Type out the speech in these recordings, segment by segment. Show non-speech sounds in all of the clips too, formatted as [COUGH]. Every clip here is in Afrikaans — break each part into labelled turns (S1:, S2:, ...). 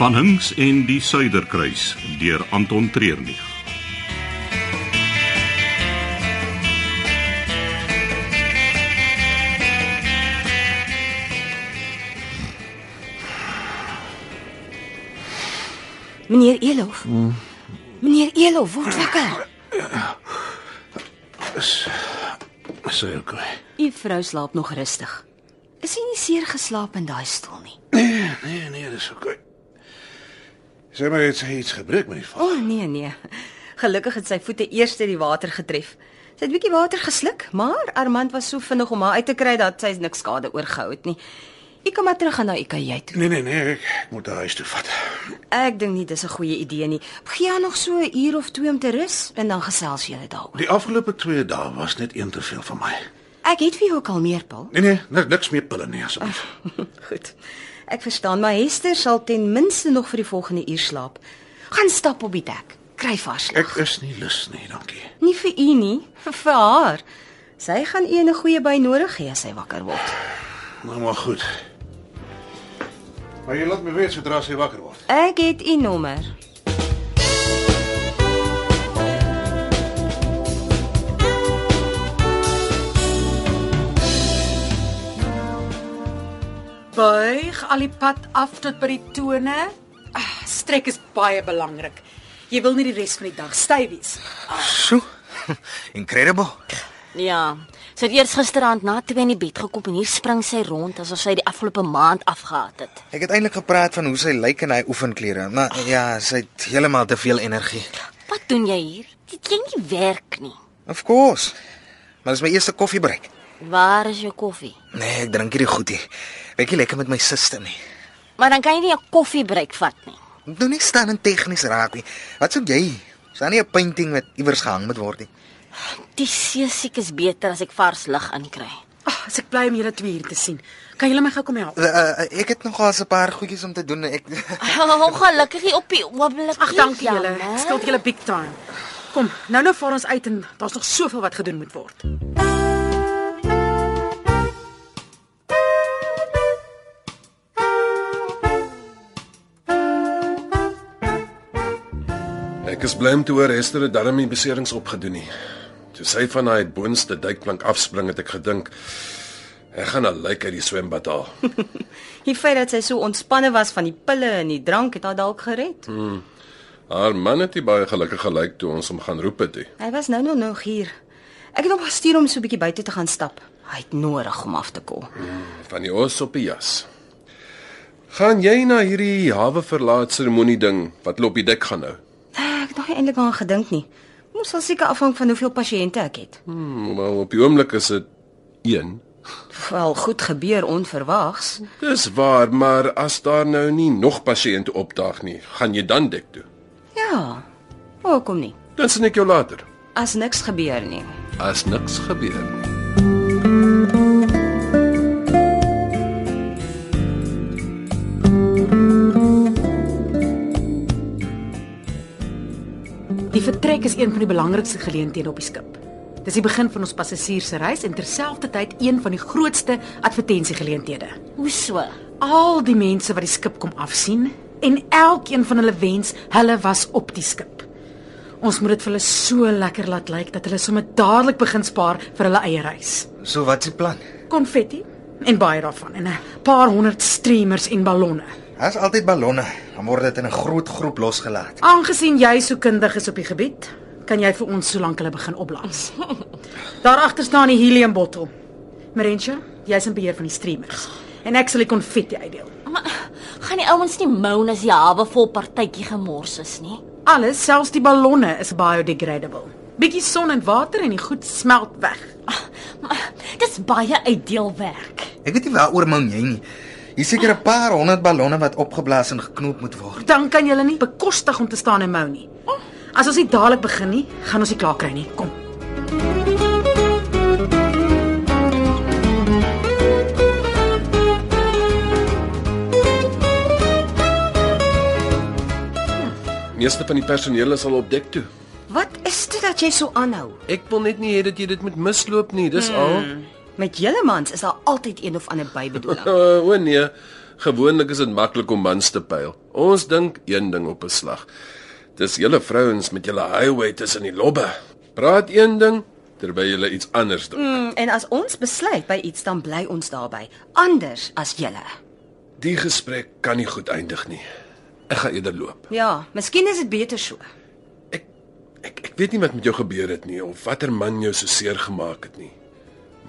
S1: Van Hinks en die Suiderkruis deur Anton Treurnig.
S2: Meneer Elof. Meneer Elof, word wakker.
S3: Seelkoe.
S2: U vrou slaap nog rustig. Is sy nie seer geslaap in daai stoel nie?
S3: Nee, nee, dis oké. Sê maar het sy iets gebreek met die
S2: O
S3: val.
S2: oh, nee nee. Gelukkig het sy voete eers die water getref. Sy het 'n bietjie water gesluk, maar Armand was so vinnig om haar uit te kry dat sy niks skade oorgehou het nie. U kan maar terug aan na u kajuit toe.
S3: Nee, nee, nee, ek, ek moet haar huis toe vat.
S2: Ek dink nie dis 'n goeie idee nie. Gee haar nog so 'n uur of twee om te rus en dan gesels julle daaroor.
S3: Die afgelope 2 dae was net een te veel vir my.
S2: Ek het vir jou ook al meer pil.
S3: Nee, nee, niks, niks meer pille nie asseblief.
S2: [LAUGHS] Goed. Ek verstaan, maar Hester sal ten minste nog vir die volgende uur slaap. Gaan stap op die dek. Kry vars.
S3: Ek is nie lus nie, dankie.
S2: Nie vir u nie, [LAUGHS] vir haar. Sy gaan u 'n goeie by nodig hê as sy wakker word.
S3: Nou maar goed. Maar jy laat my weet sodra sy wakker word.
S2: Ek het u nommer.
S4: Buig al die pad af tot by die tone. Ah, strek is baie belangrik. Jy wil nie die res van die dag styf wees.
S5: Sjoe. [LAUGHS] Incredible.
S6: Ja. Sy het eers gisteraand na 2 in die bed gekom en hier spring sy rond asof sy die afgelope maand afgehaat het.
S5: Ek het eintlik gepraat van hoe sy lyk in haar oefenklere, maar ja, sy het heeltemal te veel energie.
S6: Wat doen jy hier? Dit jy nie werk nie.
S5: Of course. Maar dis my eerste koffiebreek.
S6: Waar is jou koffie?
S5: Nee, ek drink hierdie goedie. Weekie lekker met my suster nie.
S6: Maar dan kan jy nie 'n koffiebreek vat nie.
S5: Doen nie staan en tegnies raak nie. Wat sou jy? Staan nie 'n painting wat iewers gehang moet word nie.
S6: Die seesiek is beter as ek vars lug inkry.
S4: Ah, as ek bly om julle twee hier te sien. Kan julle my gou kom help?
S5: Uh, uh, ek het nogal 'n paar goedjies om te doen. Ek
S6: [LAUGHS]
S5: [LAUGHS]
S6: Ongelukkig nie op die oomblik.
S4: Ag,
S6: nie,
S4: dankie julle.
S6: jammer.
S4: Ek skuld julle big time. Kom, nou nou vaar ons uit en daar's nog soveel wat gedoen moet word.
S7: Ek is bly om te hoor Hester het darm nie beserings opgedoen nie. Toe sy van daai boonste duikplank afspring het ek gedink ek gaan 'n lijk uit die swembad [LAUGHS] haal.
S2: Die feit dat sy so ontspanne was van die pille en die drank het haar dalk gered.
S4: Hm.
S7: Haar man het nie baie gelukkig gelyk toe ons hom gaan roep het nie.
S2: Hy was nou nog nog hier. Ek het hom gestuur om so 'n bietjie buite te gaan stap. Hy het nodig om af te koel.
S7: Van die os op die jas. Gaan jy na hierdie hawe verlaat seremonie ding wat hulle op die dek gaan nou?
S2: Ek het nog nie eintlik aan gedink nie. Moes sal seker afhang van hoeveel pasiënte ek het.
S7: Hmm, maar op die oomblik is dit 1.
S2: Wel, goed gebeur onverwags.
S7: Dis waar, maar as daar nou nie nog pasiënte opdaag nie, gaan jy dan dek toe.
S2: Ja. Hoekom nie?
S7: Dan sien ek jou later.
S2: As niks gebeur nie.
S7: As niks gebeur nie.
S4: Die vertrek is een van die belangrikste geleenthede op die skip. Dis die begin van ons passasiers se reis en terselfdertyd een van die grootste advertensiegeleenthede.
S6: Hoe so?
S4: Al die mense wat die skip kom afsien en elkeen van hulle wens hulle was op die skip. Ons moet dit vir hulle so lekker laat lyk dat hulle sommer dadelik begin spaar vir hulle eie reis.
S5: so wat se plan?
S4: Konfetti en baie daarvan en 'n paar honderd streamers en ballonne.
S5: Daar's altyd ballonne. Dan word dit in 'n groot groep losgelaat.
S4: Aangesien jy so kundig is op die gebied, kan jy vir ons solank hulle begin opblaas. Daar agter staan die heliumbottel. Marensha, jy's in beheer van die streamers en ek sal die konfetti uitdeel.
S6: Maar gaan die ouens nie moun as die hawe vol partytjie gemors is nie.
S4: Alles, selfs die ballonne is biodegradable. Bietjie son en water en die goed smelt weg.
S6: Maar dis baie uitdeelwerk.
S5: Ek weet nie waaroor moun jy nie. Hier's seker 'n paar honderd ballonne wat opgeblaas en geknoop moet word.
S4: Dan kan julle nie bekostig om te staan en mou nie. As ons nie dadelik begin nie, gaan ons nie klaar kry nie. Kom.
S7: Meeste van die personeel is al op dek toe.
S2: Wat is dit dat jy so aanhou?
S7: Ek wil net nie hê dat jy dit moet misloop nie, dis hmm. al.
S2: Met julle mans is daar altyd een of ander
S7: [LAUGHS]
S2: bybedoeling.
S7: Uh, [LAUGHS] o nee, gewoonlik is dit maklik om mans te pyl. Ons dink een ding op 'n slag. Dis julle vrouens met julle highway tussen die lobbe. Praat een ding terwyl julle iets anders doen.
S2: Mm, en as ons besluit by iets dan bly ons daarby, anders as julle.
S7: Die gesprek kan nie goed eindig nie. Ek gaan eerder loop.
S2: Ja, miskien is dit beter so.
S7: Ek ek ek weet nie wat met jou gebeur het nie of watter man jou so seer gemaak het nie.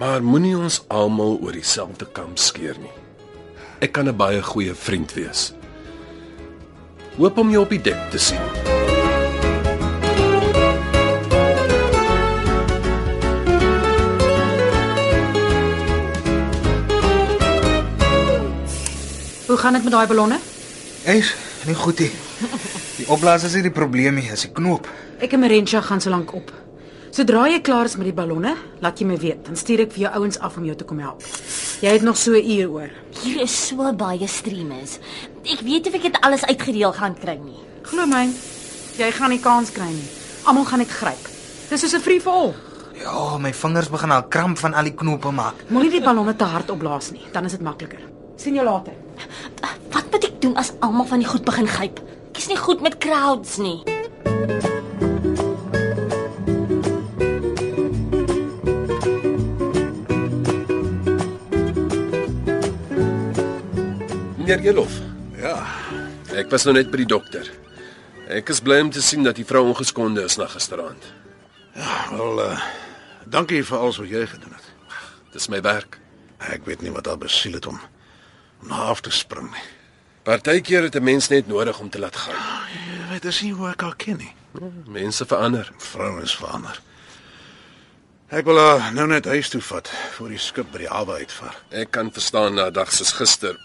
S7: Maar moenie ons almal oor dieselfde kam skeer nie. Ek kan 'n baie goeie vriend wees. Hoop om jou op die dek te sien.
S4: Hoe gaan dit met daai ballonne?
S5: Eish, nie goed nie. Die opblaas is nie die probleem nie, is die knoop.
S4: Ek en Marentia gaan so lank op. Sodra jy klaar is met die ballonne, laat jy my weet. Dan stuur ek vir jou ouens af om jou te kom help. Jy het nog so 'n uur oor.
S6: Hier is so baie streamers. Ek weet of ek dit alles uitgedeel gaan kry nie.
S4: Glo my, jy gaan nie kans kry nie. Almal gaan ek gryp. Dis soos 'n free for all.
S5: Ja, my vingers begin al kramp van al die knope maak.
S4: Moenie die ballonne te hard opblaas nie, dan is dit makliker. sien jou later.
S6: Wat moet ek doen as almal van die goed begin gryp? Ek is nie goed met crowds nie.
S7: Meneer Elof,
S3: Ja,
S7: ek was nou net by die dokter. Ek is bly om te sien dat die vrou ongeskonde is na gisteraand.
S3: wel eh dankie vir alles wat jy gedoen het.
S7: Dis my werk.
S3: Ek weet nie wat daar besiel het om om na af te spring nie.
S7: Partykeer het 'n mens net nodig om te laat gaan.
S3: Jy weet dis nie hoe ek haar ken nie.
S7: Mense verander.
S3: Vrouens verander. Ek wil haar nou net huis toe vat voor die skip by die hawe uitvaar.
S7: Ek kan verstaan na 'n dag soos gister.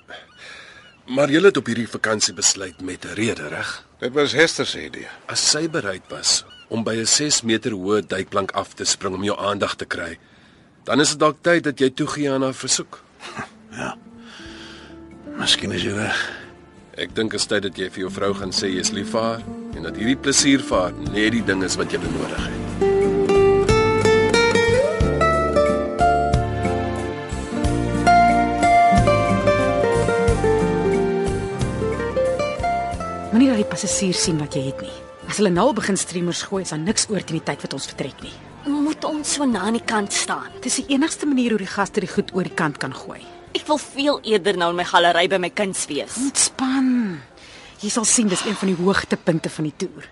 S7: Maar jy het op hierdie vakansie besluit met 'n rede, reg?
S3: Dit was Hester se idee.
S7: As sy bereid was om by 'n 6 meter hoë duikplank af te spring om jou aandag te kry, dan is dit dalk tyd dat jy toegee aan haar versoek.
S3: Ja. Miskien is jy reg.
S7: Ek dink is tyd dat jy vir jou vrou gaan sê jy's lief vir haar en dat hierdie plesier vir haar net die ding is wat jy benodig het.
S4: Moenie dat die passasiers sien wat jy het nie. As hulle nou al begin streamers gooi, is daar niks oor teen die tyd wat ons vertrek nie.
S6: Moet ons so na aan die kant staan.
S4: Dis die enigste manier hoe die gaste die goed oor die kant kan gooi.
S6: Ek wil veel eerder nou in my galery by my kuns wees.
S4: Ontspan. Jy sal sien dis een van die hoogtepunte van die toer.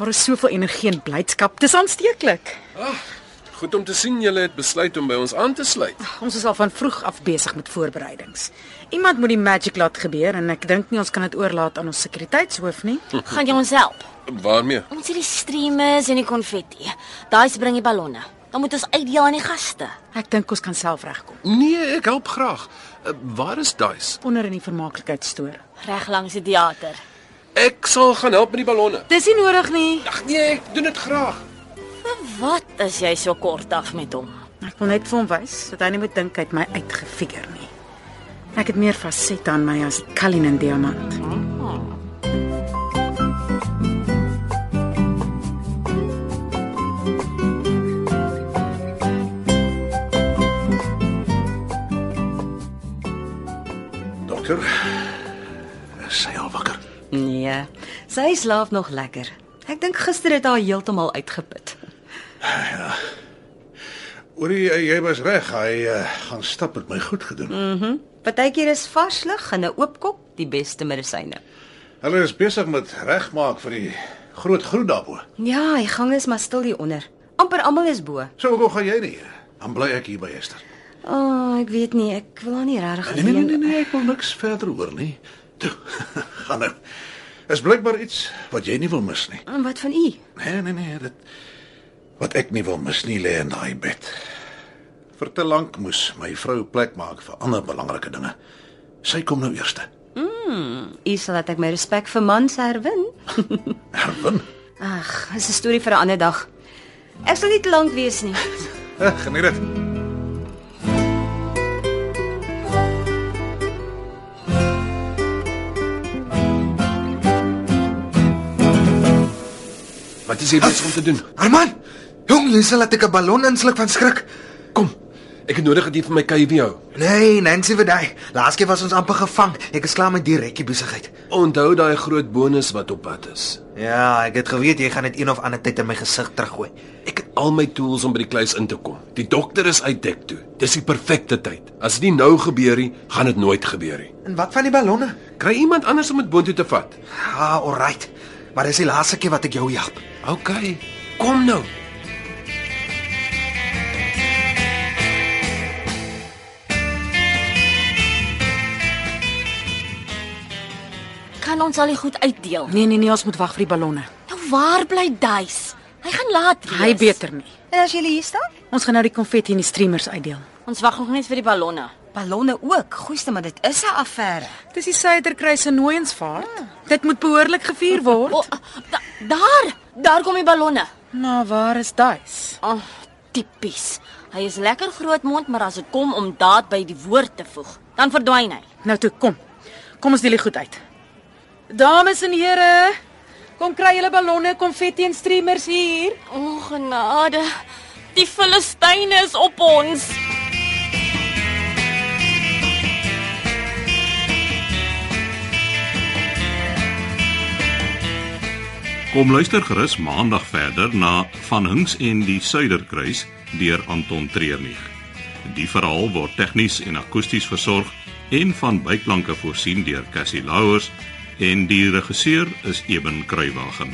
S4: Daar is soveel energie en blydskap. Dis aansteeklik.
S7: Goed om te sien julle het besluit om by ons aan te sluit.
S4: Ons is al van vroeg af besig met voorbereidings. Iemand moet die magic laat gebeur en ek dink nie ons kan dit oorlaat aan ons sekuriteitshoof nie.
S6: Gaan jy ons help?
S7: Waarmee?
S6: Ons het die streamers en die konfetti. Daai's bring die ballonne. Dan moet ons uitdeel aan die gaste.
S4: Ek dink ons kan self regkom.
S7: Nee, ek help graag. Uh, waar is Duis?
S4: Onder in die vermaaklikheidstoer.
S6: Reg langs die teater.
S7: Ek sal gaan help met die ballonne.
S4: Dis nie nodig nie.
S7: Ag nee, ek doen dit graag.
S6: Wat as jy so kort af met hom?
S4: Ek wil net vir hom wys dat hy nie moet dink hy het my uitgefigure nie. Ek het meer fasette aan my as Kalin en Diamant.
S3: Dokter. Is sy al wakker?
S2: Nee, sy slaap nog lekker. Ek dink gister het haar heeltemal uitgeput.
S3: Oor eh, jy, jy was reg. Hy uh, gaan stap met my goed gedoen. Mm.
S2: Partykeer is vars lug en 'n oop kop die beste medisyne.
S3: Hulle is besig met regmaak vir die groot groen daarbo.
S2: Ja, die gang is maar stil hier onder. amper almal is bo.
S3: So hoekom gaan jy nie? Dan bly ek hier by Hester.
S2: O, oh, ek weet nie, ek wil haar nie regtig
S3: Nee nee nee, nee, nee ek wil niks verder hoor nie. Toe. [LAUGHS] gaan nou. Is blykbaar iets wat jy nie wil mis nie.
S2: En wat van u?
S3: Nee nee nee, dit wat ek nie wil mis nie lê in daai bed. Vir te lank moes my vrou plek maak vir ander belangrike dinge. Sy kom nou eerste.
S2: U sal dat ek my respek vir mans herwin.
S3: [LAUGHS] Herwin.
S2: Ag, is 'n storie vir 'n ander dag. Ek sal nie te lank wees nie.
S3: Eh, Geniet dit.
S7: Wat is jy besig om te doen?
S5: Arman, jong, jy sal laat ek 'n ballon insluk van skrik.
S7: Kom. Ek het nodig dat jy vir my kuier hou.
S5: Nee, Nancy Verdaai. Laas keer was ons amper gevang. Ek is klaar met die rekkie besigheid.
S7: Onthou daai groot bonus wat op pad is.
S5: Ja, ek het geweet jy gaan dit een of ander tyd in my gesig teruggooi.
S7: Ek het al my tools om by die kluis in te kom. Die dokter is uit dek toe. Dis die perfekte tyd. As dit nie nou gebeur nie, gaan dit nooit gebeur nie.
S5: En wat van die ballonne?
S7: Kry iemand anders om dit boontoe te vat.
S5: Ah, alright. Maar dis die laaste keer wat ek jou help.
S7: OK. Kom nou.
S6: Kan ons al die goed uitdeel?
S4: Nee nee nee, ons moet wag vir die ballonne.
S6: Nou waar bly Duis? Hy gaan laat wees.
S4: Hy beter nie.
S2: En as jy hier staan,
S4: Ons gaan nou die konfetti en die streamers uitdeel.
S6: Ons wag nog net vir die ballonne.
S2: ballonne ook. Goeieste, maar dit is 'n affære.
S4: Dis die Suiderkruis se nooiensvaart. Dit moet behoorlik gevier word.
S6: O, da, daar, daar kom die ballonne.
S4: Nou, waar is Duis?
S6: O, oh, tipies. Hy is lekker grootmond, maar as dit kom om daad by die woord te voeg, dan verdwyn hy.
S4: Nou toe, kom. Kom ons deel dit goed uit. Dames en here, kom kry julle ballonne, konfetti en streamers hier.
S6: O, genade. Die Filistyne is op ons.
S1: Kom luister gerus maandag verder na Van Hinks en die Suiderkruis deur Anton Treurnig. Die verhaal word tegnies en akoesties versorg en van byklanke voorsien deur Cassie Louws en die regisseur is Eben Kruiwagen.